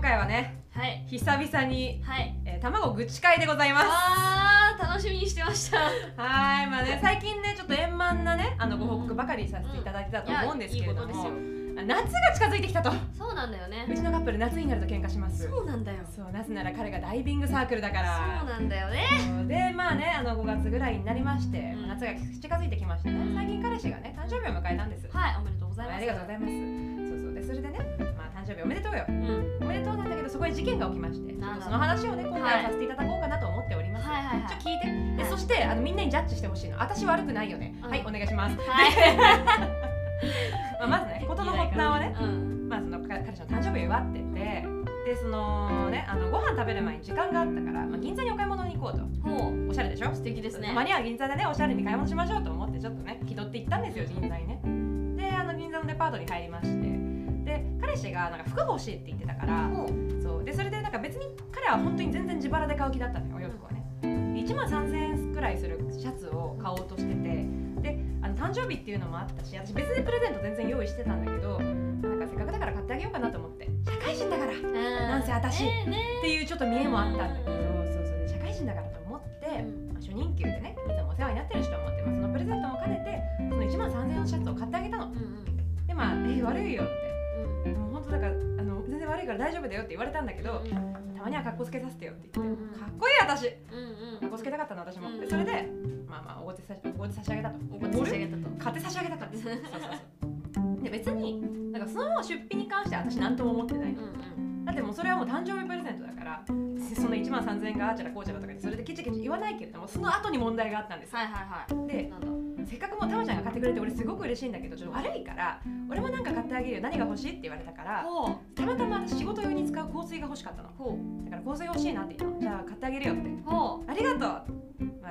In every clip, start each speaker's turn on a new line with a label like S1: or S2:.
S1: 回はね
S2: はい
S1: 久々に、
S2: はい
S1: えー卵愚痴会でございます
S2: あー楽しみにして ました
S1: はーいまあね最近ねちょっと円満なねあのご報告ばかりさせていただいてたと
S2: いや
S1: 思うんですけれども、
S2: いいことです
S1: あ夏が近づいてきたと
S2: よそうなんだよ
S1: う
S2: ね
S1: ちのカップル夏になると喧嘩します
S2: そうなんだよそ
S1: そうなぜなら彼がダイビングサークルだか
S2: う
S1: ら
S2: なんだよね
S1: そうでまあねあの5月ぐらいになりまして、
S2: うん
S1: 夏が近づいてきましてね最近彼氏がね誕生日を迎えたんです、
S2: はいおめでとうござい
S1: はい
S2: ま
S1: あ
S2: す
S1: りがとうございますそうそうでそれでね、まあ、誕生日おめでとうよ
S2: ま
S1: お
S2: す
S1: めでとうなんだけどそこへ事件が起きましてちょ
S2: な
S1: っ
S2: ん
S1: と
S2: だ
S1: その話をね今回はさせていただこうかなと思っており
S2: うん
S1: ます、
S2: はいはいは
S1: ちょ
S2: い
S1: っと聞いて、で
S2: はい
S1: そしてあのみんなにジャッジしてほしいの私悪くないよね、
S2: うん
S1: はいお願いします、
S2: はい
S1: まあ、まずね事の発端 はね、
S2: うん
S1: まあ、そのか彼氏の誕生日を祝っててでそのねあのご飯食べる前に時間があったから、まあ、銀座にお買い物に行こうと
S2: ほう
S1: おしゃれでしょ
S2: 素敵ですね
S1: たまには銀座でねおしゃれに買い物しましょうと思ってちょっとね気取って行ったんですよ銀座にねであの銀座のデパートに入りましてで彼氏がなんか服が欲しいって言ってたから
S2: ほう
S1: そうでそれでなんか別に彼は本当に全然自腹で買う気だったのよお洋服はね1万3000円くらいするシャツを買おうとしててであの誕生日っていうのもあったし私別でプレゼント全然用意してたんだけどなんかせっかくだから買ってあげようかなと思って社会人だからっ
S2: なん
S1: せ私
S2: ねえね
S1: ていうちょっと見えもあったんだけどそうそうで社会人だからと思って、
S2: え
S1: まあ初任給でねいつもお世話になってる人思って、まあ、そのプレゼントも兼ねてその1万3000円のシャツを買ってあげたの
S2: うん
S1: でまあ「えー悪いよ」っ
S2: うん
S1: てもう本当だからあの全然悪いから大丈夫だよって言われたんだけど
S2: うんうん
S1: たまにはかっこつけさせてよって言って、
S2: うんうん
S1: かっこいい私
S2: うんう
S1: か
S2: ん
S1: っこつけたかったの私も、
S2: うん
S1: でそれでまあまあおごってさおごって差し上げたと
S2: おごって差し上げたと
S1: 買って差し上げた とそうそうそうで別になんかその出費に関しては私何とも思ってないの
S2: うん
S1: だってもうそれはもう誕生日プレゼントだからその1万3000円があーちゃらこうちゃらとかでそれでケチケチ言わないけれどもその後に問題があったんですよ
S2: はいはいは
S1: で
S2: いなんだ
S1: せっかくもうたまちゃんが買ってくれて俺すごく嬉しいんだけどちょっと悪いから俺もなんか買ってあげるよ何が欲しいって言われたから
S2: ほう
S1: たまたま私仕事用に使う香水が欲しかったの
S2: ほ
S1: だから香水欲しいなって言ったのじゃあ買ってあげるよって
S2: うほ
S1: ありがとう、ま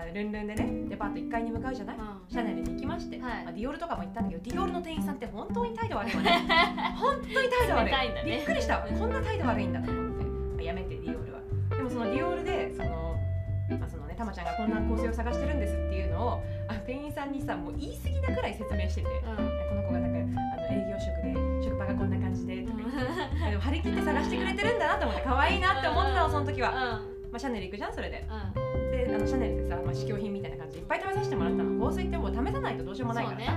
S1: あ、ルンルンでねデパート1階に向かうじゃないう
S2: うん
S1: シャネルに行きまして、
S2: はい
S1: まあ、ディオールとかも行ったんだけどディオールの店員さんって本当に態度悪いわね 本当に態度悪い
S2: 冷たいんだ
S1: び
S2: ね
S1: っくりしたこんな態度悪いんだと思って、まあやめてディオールはでもそのディオールでそのまあそのね、たまちゃんがこんな香水を探してるんですっていうのをあ店員さんにさもう言い過ぎなくらい説明しててこ
S2: うん
S1: の子がなんかあの営業職で職場がこんな感じでとか言ってでも張り切って探してくれてるんだなと思って可愛いなって思ってたのその時は、まあ、シャネル行くじゃんそれでであのシャネルでさ、まあ、試供品みたいな感じでいっぱい試させてもらったの香水ってもう試さないとどうしようもないからさ、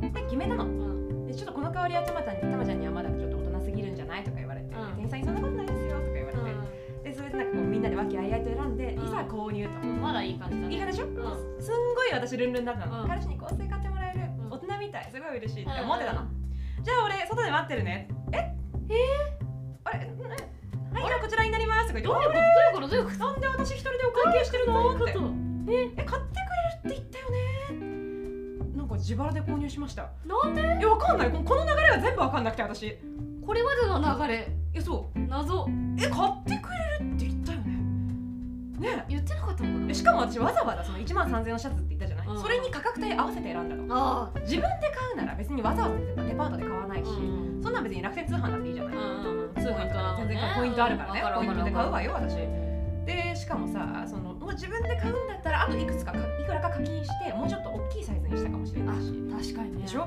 S1: で決めたのでちょっとこの香りはたまちゃんにたまちゃんにはまだちょっと大人すぎるんじゃないとか言われて、
S2: うん
S1: 店員さんにそんなことないですよとか言われて、でそれでなんかこうみんなで和気あいあいと選んで、
S2: うん
S1: いざ購入と。
S2: まだいい感じだ
S1: いい
S2: ね。
S1: 感じでしょ、
S2: ん
S1: すんごい私ルンルンだったの、
S2: うん
S1: 彼氏に香水買ってもらえる、
S2: うん
S1: 大人みたいすごい嬉しいって思ってたの、じゃあ俺外で待ってるねええー、あれんはいじゃあこちらになりますとか言
S2: どう
S1: っ
S2: いう
S1: て
S2: ことどういうことどういうこと
S1: なんで私一人でお会計してるのってえ買ってくれるって言ったよねなんか自腹で購入しました
S2: なんで
S1: いやわかんないここの流れが全部わかんなくて私い
S2: これまでの流れ
S1: やそう
S2: 謎
S1: え買ってくれるって言ったよねね
S2: 言ってなかったの
S1: え
S2: か
S1: えしかも私わざわざその1万3000円のシャツって言ったじゃない、
S2: うん
S1: それに価格帯合わせて選んだの
S2: なああ
S1: 自分で買うなら別にわざわざデパートで買わないし、
S2: ん
S1: そんなん別に楽天通販だっていいじゃない、
S2: 通
S1: 通販とか全然ポイントあるからねポイントで買うわよ私でしかもさそのもう自分で買うんだったらあといくつかかいくらか課金してもうちょっと大きいサイズにしたかもしれ
S2: あ
S1: ないし
S2: 確かにね
S1: でしょ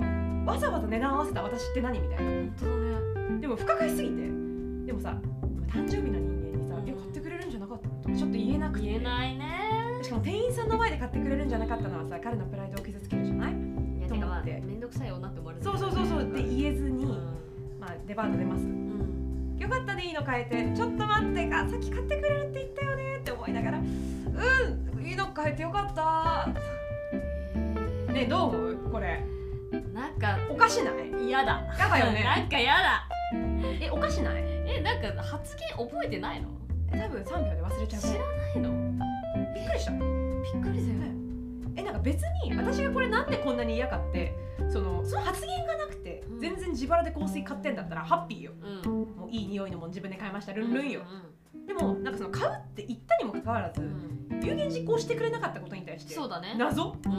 S1: わざわざ値段合わせた私って何みたいな
S2: 本当だね
S1: でも不可解すぎてでもさ誕生日の人間にさ「
S2: うん
S1: いや買ってくれるんじゃなかったの?」とかちょっと言えなくて
S2: 言えないね
S1: しかも店員さんの前で買ってくれるんじゃなかったのはさ彼のプライドを傷つけるじゃない
S2: いやてかまあめんどくさい女って思われる
S1: そうそうそうそうって
S2: う
S1: 言えずに、
S2: ん
S1: まあデパート出ますよかったでいいの変えてちょっと待ってあさっき買ってくれるって言ったよねって思いながらうんいいの変えてよかったねどう思うこれ
S2: なんか
S1: おかしない
S2: 嫌だ
S1: やばいよ
S2: な
S1: ね
S2: んか嫌だ
S1: えおかしない
S2: えなんか発言覚えてないの
S1: 多分3秒で忘れちゃう
S2: 知らないの
S1: びっくりした
S2: びっくりだよ
S1: ねえなんか別に私がこれなんでこんなに嫌かってそのその発言がなくて
S2: うん
S1: 全然自腹で香水買ってんだったらハッピーよ
S2: うん
S1: もういい匂いのもん自分で買いましたルンルンよ
S2: うんうん
S1: でもなんかその買うって言ったにもかかわらず
S2: うん
S1: 有言実行してくれなかったことに対して
S2: そうだね
S1: 謎
S2: う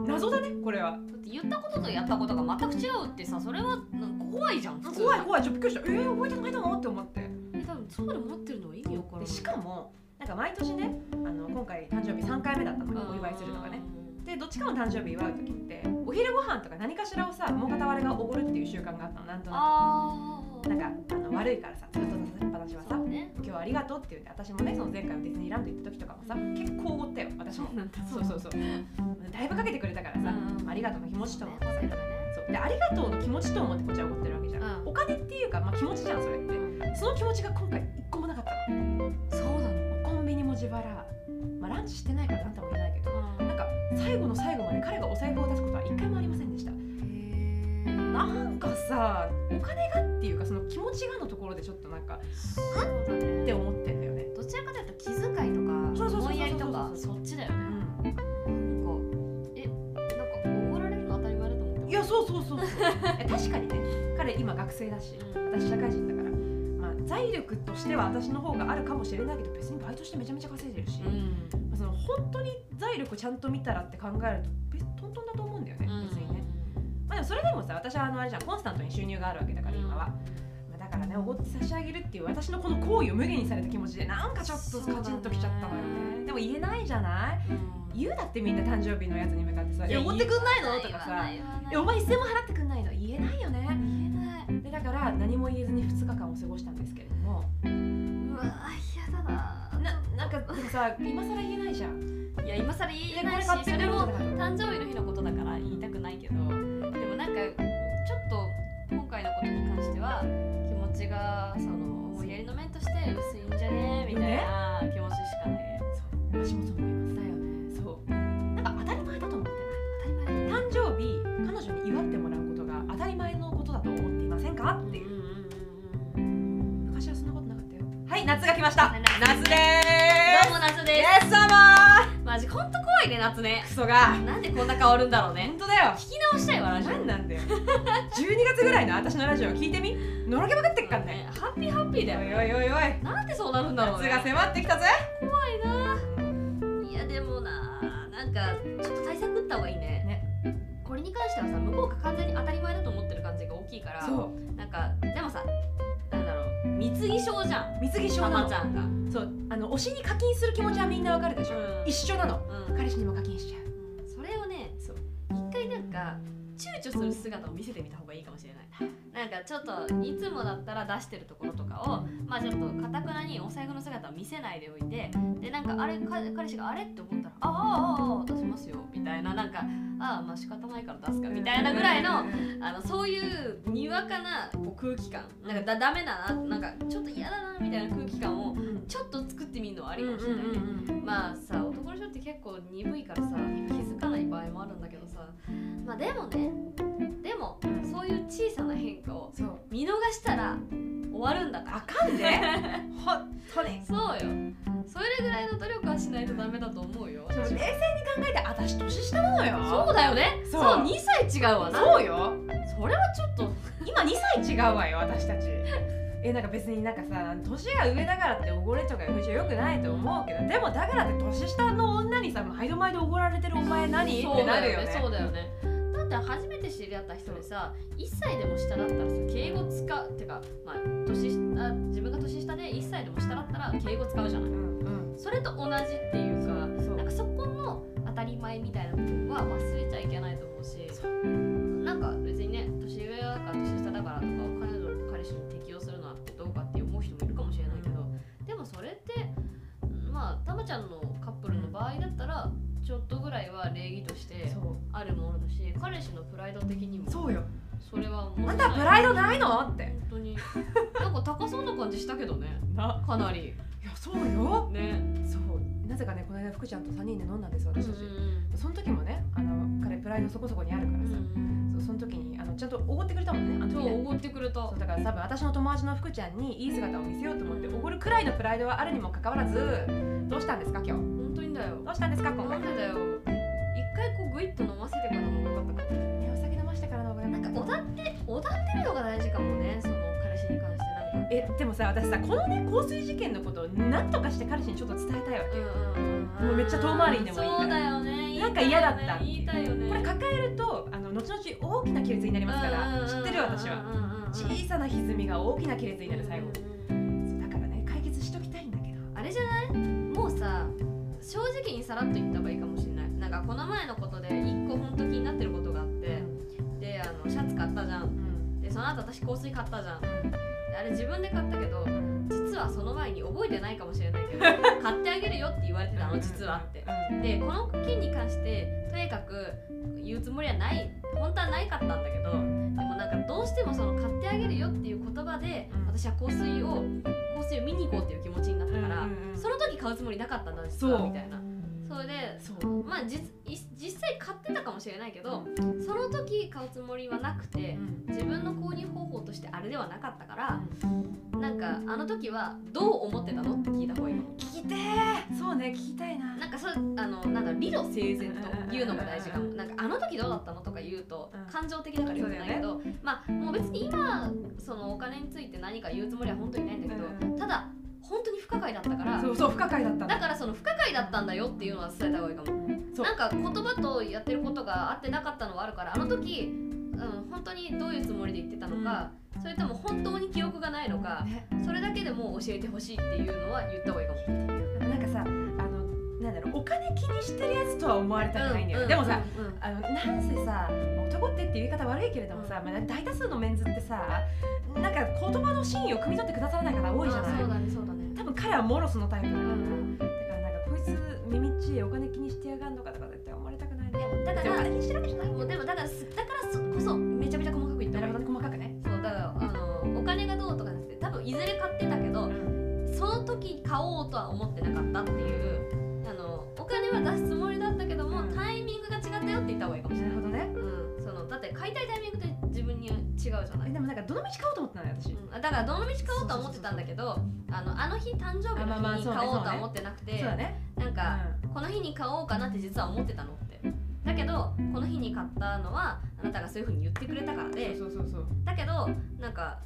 S2: んだ
S1: 謎だねこれは
S2: って言ったこととやったことが全く違うってさそれはなんか怖いじゃん普通
S1: 怖い怖いちょっとびっくりしたえー、覚えてないだなって思って
S2: え多分そこで持ってるのは意味わからな
S1: で
S2: い
S1: しかもなんか毎年ねあの今回誕生日3回目だったのにお祝いするのがねでどっちかの誕生日祝う時ってお昼ご飯とか何かしらをさもう片割れがおごるっていう習慣があったのなんとな
S2: あ
S1: くなんかあの悪いからさずっと出させっぱなしは
S2: あ
S1: さ
S2: そうね
S1: 日はありがとうって言うんで私もねその前回のディズニーランド行った時とかもさ結構おごったよ私も
S2: そうなんだ
S1: そうそうそうだいぶかけてくれたからさ、
S2: うん
S1: ありがとうの気持ちと思ってさ
S2: そうだよね
S1: そうでありがとうの気持ちと思ってこっちはおごってるわけじゃん、
S2: うん
S1: お金っていうか、まあ、気持ちじゃんそれってその気持ちが今回一個もなかったの
S2: そうなの
S1: コンビニも自腹、まあ、ランチしてないからなんとも言えないけどなんか最後の最後まで彼がお財布を出すことは一回もありませんでしたなんかさお金がっていうかその気持ちがのところでちょっとなんか
S2: そうだね
S1: って思ってんだよね
S2: どちらかというと気遣いとか
S1: そうそうそうそうそう
S2: 思いやりとかそっちだよねなんかえなんか怒られるの当たり前だと思って
S1: いやそうそうそうそうえ確かにね 彼今学生だし私社会人だから、まあ、財力としては私の方があるかもしれないけど別にバイトしてめちゃめちゃ稼いでるし、
S2: う
S1: ま
S2: ん
S1: あ、その本当に財力ちゃんと見たらって考えると別トントンだと思うんだよね別にね、まあ、でもそれでもさ私はあのあれじゃんコンスタントに収入があるわけだから今は。まあだからね、おごって差し上げるっていう私のこの行為を無限にされた気持ちでなんかちょっとカチンときちゃったのよ
S2: そうだ
S1: ね
S2: ね
S1: でも言えないじゃない
S2: うん
S1: 言うだってみんな誕生日のやつに向かってさ「えおごってくんないの?」とかさ
S2: 言わない
S1: えお前一銭も払ってくんないの言えないよね
S2: 言えない
S1: でだから何も言えずに2日間を過ごしたんですけれども
S2: うわ嫌だな
S1: ななんかでもさ今更言えないじゃん
S2: いや今更言えないし
S1: これ買って
S2: そ
S1: くれ
S2: れ
S1: る
S2: も
S1: とかだと
S2: 誕生日の日のことだから言いたくないけどでもなんかちょっと今回のことに関しては気持ちがその思いやりの面として薄いんじゃねみたいな気持ちしかない。
S1: そう私もそう思います
S2: だよね
S1: そうなんか当たり前だと思って
S2: 当たり前だよね
S1: ない誕生日彼女に祝ってもらうことが当たり前のことだと思っていませんかっていう昔はそんなことなかったよはい夏が来ました夏でー
S2: どうも夏
S1: すイ
S2: で
S1: エ
S2: す
S1: ス様
S2: マジほんと怖いね夏ね
S1: クソが
S2: なんでこんな変わるんだろうね
S1: 本当だよ
S2: 聞き直したいわラジオ
S1: 何なんだよ12月ぐらいの私のラジオ聞いてみのろけまくってっかんね
S2: ハッピーハッピーだ
S1: お
S2: よ
S1: い
S2: ね
S1: おいおいおい
S2: なんでそうなるんだろう
S1: 夏
S2: ね
S1: が迫ってきたぜ
S2: 怖いないやでもななんかちょっと対策打った方がいいねこれに関してはさ向こうが完全に当たり前だと思ってる感じが大きいから
S1: そう
S2: なんかでもさなんだろう貢ぎ症じゃん
S1: 水着症な
S2: たま
S1: の
S2: ちゃんがうん
S1: そうあの推しに課金する気持ちはみんなわかるでしょ、一緒なの
S2: うん
S1: 彼氏にも課金しちゃう
S2: それをね
S1: そう
S2: 一回なんか躊躇する姿を見せてみた方がいいかもしれないなんかちょっといつもだったら出してるところとかをまあちょっとかたくなにお財布の姿を見せないでおいてでなんかあれか彼氏があれって思ったら「ああああああ出しますよ」みたいななんか「ああまあ仕方ないから出すか」みたいなぐらいのあのそういうにわかなこう空気感なんかだダメだななんかちょっと嫌だなみたいな空気感を
S1: うん
S2: ちょっと作ってみるのはあ
S1: あ
S2: りかもしれないね、まあさ男の人って結構鈍いからさ気づかない場合もあるんだけどさまあでもねでもそういう小さな変化を
S1: そう
S2: 見逃したら終わるんだ
S1: あ
S2: か
S1: かん で本当に
S2: らそうよそれぐらいの努力はしないとダメだと思うよ
S1: でも冷静に考えて私年下なのよ
S2: そうだよね
S1: そ
S2: そうう2歳違うわな
S1: そうよ
S2: それはちょっと
S1: 今2歳違うわよ私たちえなんか別になんかさ年が上だからっておごれとかいう風潮よくないと思うけどでもだからって年下の女にさ毎度毎度おごられてるお前何ってなるよね、
S2: そうだよねそうだよねだって初めて知り合った人でさ1歳でも下だったらさ敬語使うってかまあ年下自分が年下で1歳でも下だったら敬語使うじゃないう
S1: ん
S2: それと同じっていうか
S1: うんそう
S2: なんかそこの当たり前みたいな部分は忘れちゃいけないと思うし
S1: そ
S2: なんか別にね年上だから年下だからとかを彼女彼氏に適用するのはどうかって思う人もいるかもしれないけどでもそれってまあたまちゃんのカップルの場合だったらちょっとぐらいは礼儀として
S1: そう
S2: あるものだし彼氏のプライド的にも
S1: そうよ
S2: それはも
S1: あんたプライドないいのって
S2: 本当になんか高そうな感じしたけどね
S1: な
S2: かなり
S1: いやそうよ
S2: ね
S1: そうなぜかねこの間福ちゃんと3人で飲んだんです私たち、その時もねあの彼プライドそこそこにあるから
S2: う
S1: さ、
S2: ん
S1: そうその時にあのちゃんとおごってくれたもんねあの
S2: そ
S1: 時ね
S2: うおごってくれた
S1: そうだから多分私の友達の福ちゃんにいい姿を見せようと思っておごるくらいのプライドはあるにもかかわらずどうしたんですか今日
S2: 本当にだよ
S1: どうしたんですか今
S2: な
S1: 回
S2: んでだよ一回こうグイッと飲ませてからの方が良かったかも
S1: ねお酒飲ましたからのおごり
S2: なんかおだっておだってるのが大事かもねその彼氏に関してなんか
S1: えでもさ私さこのね香水事件のことを何とかして彼氏にちょっと伝えたいわ
S2: うん
S1: もうめっちゃ遠回りでもいいから
S2: そうだよね
S1: なんか嫌だったっていう
S2: 言いたいよね
S1: これ抱えるとあの後々大きな亀裂になりますから知ってる私は
S2: は
S1: 小さな歪みが大きな亀裂になる最後
S2: 後
S1: そうだからね解決しときたいんだけど
S2: あれじゃないもうさ正直にさらっと言った方がいいかもしれないなんかこの前のことで一個本当気になってることがあってであのシャツ買ったじゃんでその後私香水買ったじゃんあれ自分で買ったけど実はその前に覚えてないかもしれないけ ど買ってあげるよって言われてたの実はってでこの件に関してとにかく言うつもりはない本当はないかったんだけどでもなんかどうしてもその買ってあげるよっていう言葉で
S1: うん
S2: 私は香水を香水を見に行こうっていう気持ちになったから、
S1: うんうんうん
S2: その時買うつもりなかったんだ実は
S1: そう
S2: みたいなそれで
S1: そう
S2: まあ実い実際買ってたかもしれないけどその時買うつもりはなくて自分の購入方法としてあれではなかったからなんかあの時はどう思ってたのって聞いた方がいいかも
S1: 聞きてーそうね聞きたいな
S2: なんかそうあのなんだろう理路整然というのが大事かも
S1: うん
S2: なんかあの時どうだったのとか言うと
S1: うん
S2: 感情的だから言うないけど、まあもう別に今そのお金について何か言うつもりは本当にないんだけどただ本当に不可解だったから
S1: そうそう不可解だったん
S2: だからその不可解だったんだよっていうのは伝えた方がいいかも。
S1: そう
S2: なんか言葉とやってることが合ってなかったのはあるからあの時、うん、本当にどういうつもりで言ってたのか、それとも本当に記憶がないのか
S1: ね
S2: それだけでも教えてほしいっていうのは言った方がいいかも。
S1: なんかさあのなんだろうお金気にしてるやつとは思われたくないんだよ、ねでもさ、
S2: うんうん
S1: あのなんせさ男ってっていう言い方悪いけれどもさ、まあ、大多数のメンズってさなんか言葉の真意を汲み取ってくださらない方多いじゃない
S2: あそうだねそうだね。
S1: 多分彼はモロスのタイプだ
S2: う
S1: から、
S2: ん
S1: だからなんかこいつ耳っちいお金気にしてやがんのかとか絶対思われたくないね
S2: いやだか
S1: でもお
S2: ら
S1: 金気にしてるわけじゃない
S2: もうでもだからすだからそこそめちゃめちゃ細かく言った
S1: なる
S2: 方が
S1: ほ
S2: いい
S1: ど細かくね、
S2: そうだからあのお金がどうとかじゃなくて多分いずれ買ってたけどその時買おうとは思ってなかったっていうあのお金は出すつもりだったけども、
S1: うん
S2: タイミングが違ったよって言った方がいいかもし
S1: な
S2: れ
S1: る
S2: ない、
S1: ほどね
S2: うん、そのだって買いたいタイミングで自分に違うじゃな
S1: え
S2: い、
S1: でもなんかどの道買おうと思ってたのよ私、
S2: うん、だからどの道買おうとは思ってたんだけどあのあの日誕生日
S1: あまあまあ
S2: の日に
S1: そうね
S2: 買おう
S1: そ
S2: と
S1: う
S2: は
S1: ね
S2: 思ってなくて、
S1: そうだね
S2: なん
S1: う
S2: か、
S1: ん
S2: この日に買おうかなって実は思ってたのってだけどこの日に買ったのはあなたがそういう風に言ってくれたからで
S1: そうそうそうそう
S2: だけどなんか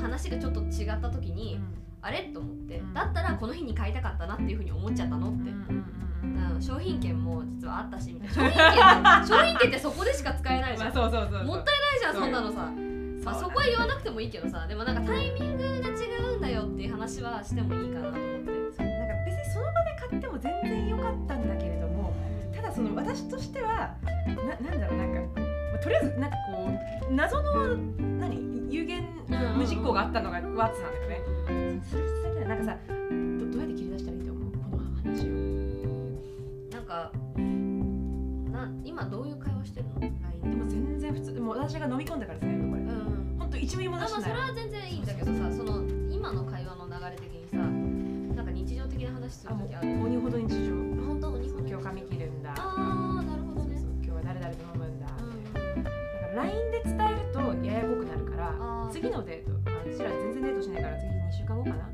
S2: 話がちょっと違った時に、あれと思って、
S1: うん
S2: だったらこの日に買いたかったなっていうふうに思っちゃったのっ
S1: う
S2: て、
S1: んうんうんうん
S2: うん商品券も実はあったし みたいな商品券商品券ってそこでしか使えないじゃ
S1: ま
S2: ん、
S1: あそうそうそうそう
S2: もったいないじゃんそんなのさ、
S1: そう
S2: まあ、そこは言わなくてもいいけどさでもなんかタイミングが違うんだよっていう話はしてもいいかなと思
S1: な
S2: って
S1: んか別にその場で買っても全然良かったんだけれどもただその私としてはななんだろうなんか、まあとりあえずなんかこう謎の何有限無実行があったのがワーツなんだよね。それそれでなんかさどどうやって切り出したらいいと思うこの話を。
S2: なんかな今どういう会話してるの LINE
S1: でも全然普通もう私が飲み込んだから全部これ。
S2: でうん
S1: 本当一ミリも
S2: あ
S1: 出
S2: まあ
S1: して
S2: そ
S1: ない。
S2: れは全然いいんだけどさその今の会話の流れ的にさなんか日常的な話す
S1: あ
S2: る
S1: も
S2: 時ある
S1: う鬼ほど日常。
S2: 本当に
S1: 今日髪切るんだ。
S2: ああなる
S1: そ
S2: ほど
S1: う
S2: ね
S1: そう今日は誰々と飲むんだ。だ
S2: うん
S1: から LINE で伝えるとややこくなるから
S2: あー
S1: 次のデートあうちら全然デートしないから次2週間後かな。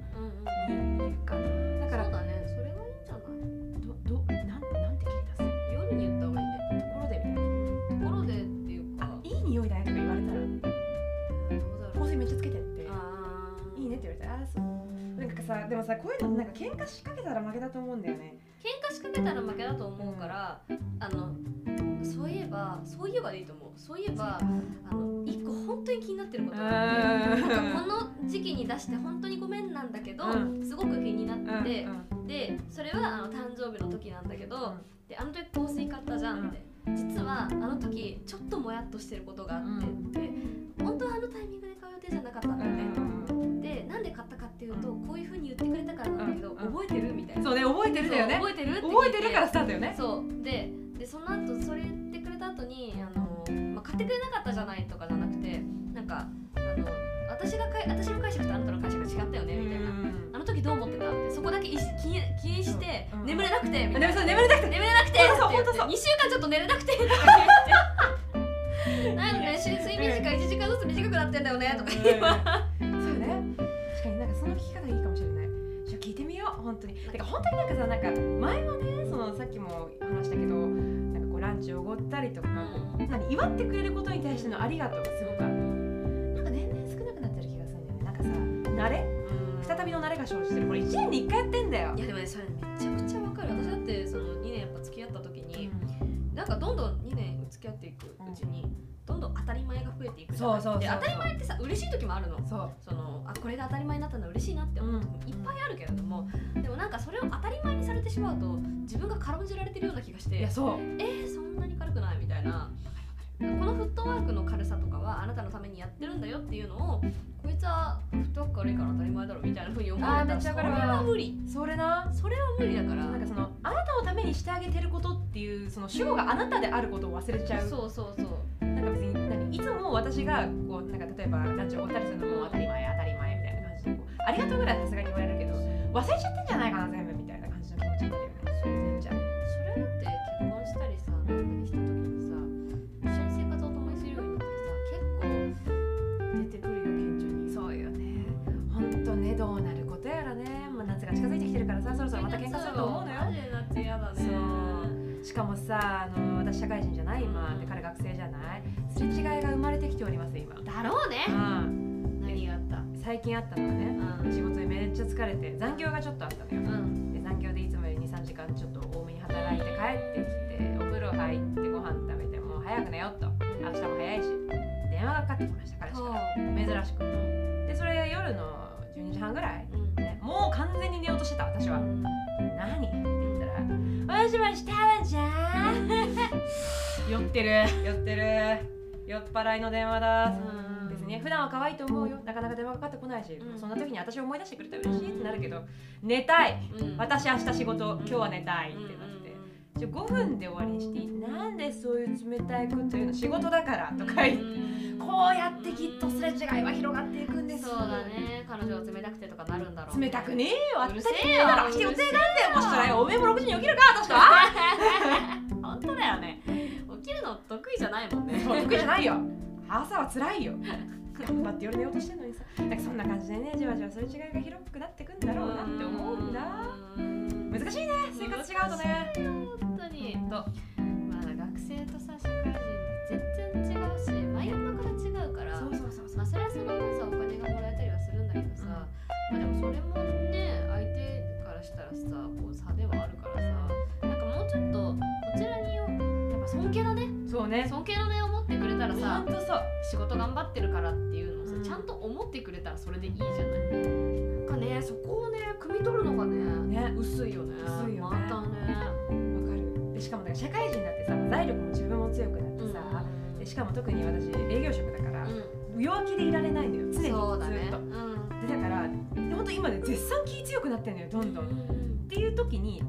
S2: うんうん
S1: いいかな。だから
S2: そうだねそれがいいんじゃない
S1: どどなんなんて切り出すと
S2: 夜に言った方がいいね
S1: ころでみたいな
S2: ところでっていうか
S1: あいい匂いだねとか言われたら
S2: どうだろう
S1: 香水めっちゃつけてって
S2: あー
S1: いいねって言われたらあーそうなんかさでもさこういうのなんか喧嘩しかけたら負けだと思うんだよね
S2: 喧嘩しかけたら負けだと思うからあのそういえばそういえばでいいと思うそういえばあの一個本当に気になってることがあってなんかこの時期に出して本当にごめんなんだけど、
S1: う
S2: すごく気にな
S1: うん
S2: って、
S1: うん
S2: でそれはあの誕生日の時なんだけど、であの時香水買ったじゃんって、実はあの時ちょっともやっとしてることがあって、
S1: うん
S2: で本当はあのタイミングで買う予定じゃなかったんだ
S1: う
S2: よ
S1: ん
S2: ね、でなんで買ったかっていうとこういうふうに言ってくれたからなんだけど、
S1: うん
S2: 覚えてるみたいな
S1: そうね覚えてるだよね
S2: そう覚えてるって聞い
S1: 覚えてるからスタートよね
S2: そうででその後それ言ってくれた後にあのまあ、買ってくれなかったじゃないとかじゃなくてなんかあの私がかい私の解釈とあなたの解釈が違ったよねみたいな。あの時どう思ってたってそこだけ意識気に気にして、
S1: うん
S2: 眠れなくてみたい
S1: で
S2: な
S1: もそう眠りたくて
S2: 眠れなくてって言って
S1: ほんとそうほんとそう
S2: 2週間ちょっと寝れなくてとか 言ってなんかね睡睡眠時間1時間ずつ短くなってんだよねとか言えば
S1: うんそうね確かになんかその聞き方いいかもしれないちょ聞いてみよう本当にてか本当になんかさなんか前はねそのさっきも話したけどなんかこうランチをおごったりとか、
S2: うん
S1: 何祝ってくれることに対してのありがとうがすごくあるなんか年々少なくなってる気がするんだよねなんかさ慣れ再びの慣れが生じてるこれ1年に1回やってんだよ
S2: いやでもねそれめちゃくちゃわかる私だってその2年やっぱ付き合った時になんかどんどん2年付き合っていくうちにどんどん当たり前が増えていくじゃない
S1: そうそうそう
S2: で当たり前ってさ嬉しい時もあるの
S1: そう
S2: そのあこれが当たり前になったの嬉しいなって思う時もいっぱいあるけれども、でもなんかそれを当たり前にされてしまうと自分が軽んじられてるような気がして
S1: い
S2: え
S1: やそう
S2: ー、そんなに軽くないみたいなこのフットワークの軽さとかはあなたのためにやってるんだよっていうのをこいつはフットワーク軽いから当たり前だろみたいなふうに思われた
S1: あーめ
S2: ら
S1: っち
S2: そ
S1: ゃわ
S2: れ
S1: かるわ
S2: は無理
S1: それな
S2: それは無理だから
S1: なんかそのあなたのためにしてあげてることっていうその主語があなたであることを忘れちゃう
S2: そうそうそう
S1: なんか別に何いつも私がこうなんか例えばランチをおったりするのも当たり前当たり前みたいな感じでこうありがとうぐらいはさすがに言われるけど忘れちゃってんじゃないかな全部みたいな感じの気持ちになるよね全然
S2: それだって結婚したりさなんかできた時にさ一緒に生活を共にするようになったりさ結構出てくるよ顕著に
S1: そうよね本当ねどうなることやらねもう夏が近づいてきてるからさそろそろまた喧嘩すると思うのよ
S2: マジで夏嫌だね
S1: しかもさあの私社会人じゃない今で彼学生じゃないすれ違いが生まれてきております今、
S2: だろうね
S1: うん、
S2: 何があった
S1: 最近あったのがね
S2: う
S1: 仕事でめっちゃ疲れて残業がちょっとあったのよ
S2: んうん
S1: で残業でいつもより23時間ちょっと多めに働いて帰ってきてお風呂入ってご飯食べてもう早く寝ようと明日も早いし電話がかかってきました彼氏から珍しくでそれ夜の12時半ぐらい、
S2: うん
S1: ね、もう完全に寝ようとしてた私は何って言ったら「もしもしタラちゃん」酔ってる酔ってる酔っ払いの電話だ
S2: うん
S1: 別にね普段は可愛いと思うよなかなか電話かかってこないし、
S2: うん
S1: そんな時に私を思い出してくれたら嬉しいってなるけど寝たい
S2: うん
S1: 私明日仕事今日は寝たいっ
S2: う
S1: て
S2: ん
S1: なってじゃあ5分で終わりにしていいなんでそういう冷たいこと言うの仕事だからとか言って
S2: うん
S1: こうやってきっとすれ違いは広がっていくんです
S2: そうだね彼女は冷たくてとかなるんだろうね
S1: 冷たくねえよ
S2: うる
S1: 私
S2: せ
S1: た
S2: え
S1: ち
S2: よ
S1: なら来て予定があんだよもしかしたらおめえも6時に起きるか私は
S2: 本当だよね起きるの得意じゃないもんね
S1: そう得意じゃないよ朝は辛いよ頑張って夜寝ようとしてんのにさなんかそんな感じでねじわじわそれ違いが広くなってくんだろうなって思うんだ
S2: うん
S1: 難しいね生活違うとね
S2: 本当に
S1: と
S2: まあ学生とさ社会人全然違うしマインドから違うから
S1: そうそうそうそう
S2: まあそれはその分さお金がもらえたりはするんだけどさ、まあでもそれもね相手からしたらさこう差ではあるからさなんかもうちょっとこちらにやっぱ尊敬のね
S1: そうね
S2: 尊敬のねを持ってくれたら
S1: ほ
S2: さ
S1: んとそう
S2: 仕事頑張ってるからっていうのをさ、
S1: うん
S2: ちゃんと思ってくれたらそれでいいじゃないなんかねそこをね汲み取るのがね
S1: ね
S2: 薄いよね
S1: 薄いよね
S2: またね
S1: わかるでしかもなんか社会人になってさ財力も自分も強くなってさ、でしかも特に私営業職だから、
S2: う
S1: 弱気でいられないのよ常
S2: ん、
S1: にずっ
S2: そ
S1: と
S2: うだね
S1: で
S2: うん
S1: だから本当今ね絶賛気強くなってんのよどんどん、
S2: う
S1: っ
S2: ん
S1: ていう時に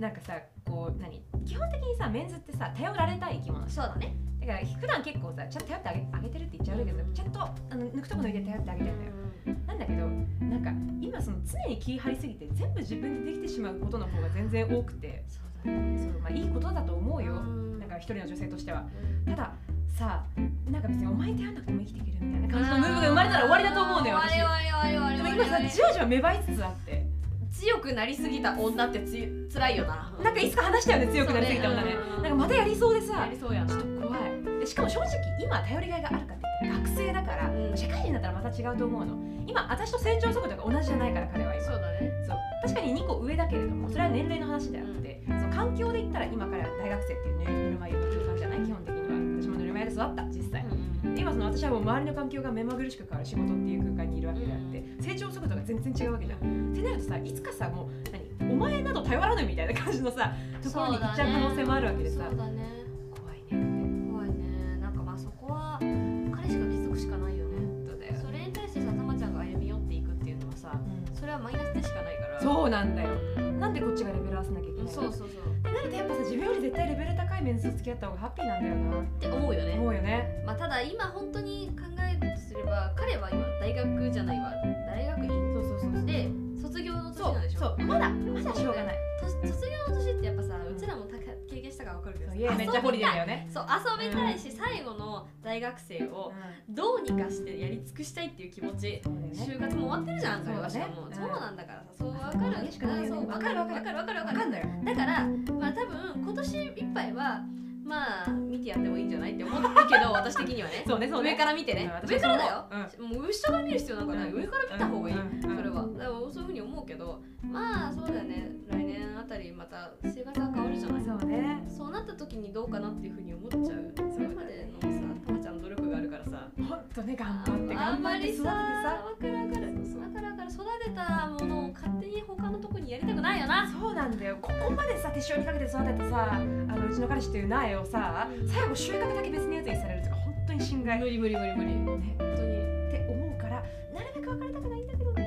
S1: なんかさこう何基本的にさメンズってさ頼られたい生き物
S2: そうだね
S1: だから普段結構さちゃんと頼ってあげあげてるって言っちゃうけど、
S2: うん
S1: ちゃんとあの抜くとこ抜いて頼ってあげてるのよ
S2: う
S1: なんだけどなんか今その常に気張りすぎて全部自分でできてしまうことの方が全然多くて
S2: そうだね
S1: そう、まあ、いいことだと思うよ、
S2: ん
S1: なんか一人の女性としては
S2: うん
S1: たださなんか別にお前に頼んなくても生きていけるみたいな感じのムーブが生まれたら終わりだと思うのよ私
S2: 終わり終わり終わり
S1: でも
S2: 終わり
S1: 今さ
S2: 終わ
S1: じわじわ芽生えつつあって
S2: り強くなりすぎた女ってつい辛いよな
S1: なんかいつか話したよね強くなりすぎたもんだね
S2: そうねうん
S1: なんかまたやりそうで
S2: や
S1: さ
S2: りそうや
S1: ちょ
S2: な
S1: っと怖いでしかも正直今頼りがいがあるかって言ったら学生だから、
S2: うん
S1: 社会人だったらまた違うと思うの今私と成長速度が同じじゃないから彼は今
S2: そうだね
S1: そう確かに2個上だけれどもそれは年齢の話であって、その環境で言ったら今から大学生っていうねぬるま湯の空間じゃない基本的には私もぬるま湯で育った実際、
S2: うん
S1: 今その私はもう周りの環境が目まぐるしく変わる仕事っていう空間にいるわけであって、成長速度が全然違うわけじゃん。ってなるとさいつかさもう何お前など頼らぬみたいな感じのさところに行っちゃう可能性もあるわけでさ、
S2: そうだね
S1: 怖いね
S2: 怖いねなんかまあそこは彼氏が気づくしかないよね
S1: ってことだよ、
S2: それに対してさたまちゃんが歩み寄っていくっていうのはさそれはマイナスでしかないからう
S1: そうなんだよ
S2: ん
S1: なんでこっちがレベル合わせなきゃいけないの
S2: そうそう
S1: っ
S2: そうって
S1: なるとやっぱさ自分より絶対レベル高いメンズと付き合った方がハッピーなんだよな
S2: て思うよね
S1: 思うよね
S2: まあ、ただ今本当に考えるとすれば彼は今大学じゃないわ大学院
S1: そうそうそうそう
S2: で卒業の
S1: そ
S2: 年
S1: う
S2: なんでしょ
S1: そうまだまだしょうがない
S2: と卒業の年ってやっぱさうちらもた経験したから分かるけ
S1: そ
S2: どさ
S1: ういやめっちゃホリデーだよね、
S2: そう遊びたいし、最後の大学生をどうにかしてやり尽くしたいっていう気持ち
S1: そうだよね
S2: 就活も終わってるじゃん
S1: そうだね
S2: それはしかも
S1: うん
S2: そうなんだからさそう分かる
S1: 激しくないよね
S2: そう分かる分かる分かる分かる
S1: わかんないよ
S2: だからまあ多分今年いっぱいはまあ見てやってもいいんじゃないって思ったけ ど私的にはね
S1: そうねそうね
S2: 上から見てね、
S1: うん
S2: 上からだよ、
S1: 私
S2: もう下から見る必要なんかな
S1: う
S2: い、
S1: ん
S2: 上から見た方がいい、
S1: うん
S2: それはだからそういうふうに思うけどまあそうだよね来年あたりまた生活が変わるじゃない
S1: そうね
S2: そうなった時にどうかなっていうふうに思っちゃうそれまでのさたまちゃんの努力があるからさ
S1: ほんとね頑張って
S2: あん
S1: 頑張
S2: ま
S1: って
S2: り
S1: 育てて
S2: さ
S1: さ
S2: わかるわかる
S1: そうそう
S2: わかるわかる育てたものを勝手に他のとこにやりたくないよな
S1: そうなんだよここまでさ手塩にかけて育てたさあのうちの彼氏という苗をさ
S2: うん
S1: 最後収穫だけ別のやつにされるとか本当に心外ね
S2: 無理無理無理無理本
S1: っ
S2: 当に
S1: て思うからなるべく別れたくないんだけどな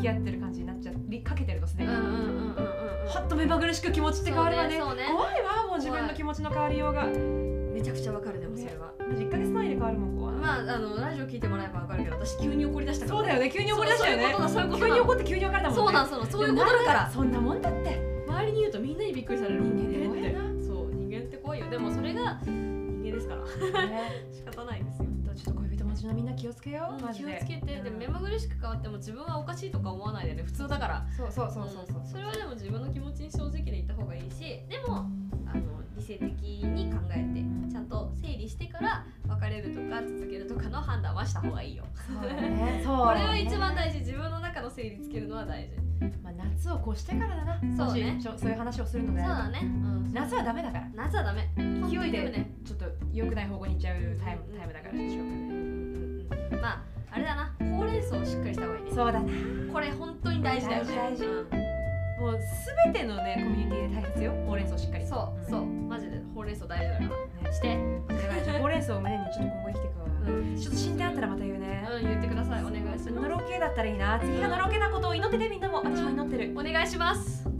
S1: き合ってる感じになっちゃりかけてるとすで
S2: うん
S1: に、
S2: うんうんうんうん
S1: はっと目まぐるしく気持ちって変わるわね
S2: そうねそうね
S1: 怖いわもう自分の気持ちの変わりようが
S2: うんめちゃくちゃわかるでもそれは
S1: 1ヶ月単位で変わるもん怖い、
S2: まああのラジオ聞いてもらえばわかるけど私急に怒り出したから
S1: そうだよね急に怒り出したよね
S2: そうそういうことだそ
S1: 急
S2: ういうことだ
S1: に怒って急に別れたもんね
S2: そうなんそうなんそういうことだから
S1: そんなもんだ って
S2: 周りに言うとみんなにびっくりされる
S1: 人間って怖いな
S2: えーってそう人間って怖いよでもそれが人間ですから 仕方ないですよ
S1: ちょっと恋人持ちのみんな気をつけようマジ
S2: 気を
S1: で
S2: つけて、で
S1: うん
S2: 目まぐるしく変わっても自分はおかしいとか思わないでね普通だから
S1: そうそうそうそう
S2: うん
S1: そ
S2: そうれはでも自分の気持ちに正直でいた方がいいしでもあの理性的に考えてちゃんと整理してから別れるとか続けるとかの判断はした方がいいよ
S1: そうだね そう
S2: こ
S1: こ
S2: れは一番大事自分の中の整理つけるのは大事
S1: まあ夏を越してからだな
S2: そうね
S1: もしそうそういう話をするの
S2: そう
S1: であれば
S2: だね、うん、
S1: 夏はダメだから
S2: 夏はダメ
S1: 勢いで
S2: 本当にね
S1: ちょっと良くない方向に行っちゃうタイムタイムだからしょうがない
S2: まああれだなほうれん草をしっかりした方がいいね
S1: そうだな
S2: これ本当に大事だよね
S1: 大事大事もう全てのねコミュニティで大切よほうれん草しっかり
S2: うんそうそうマジでほうれん草大事だか
S1: ね
S2: らして、
S1: だからちょっとほうれん草を胸にちょっと今後生きていくわ
S2: うん
S1: ちょっと進展あったらまた言うね
S2: うん、言ってくださいお願いします
S1: ナロー系だったらいいな次がナロー系なことを祈っててみんなも私も祈ってる
S2: お願いします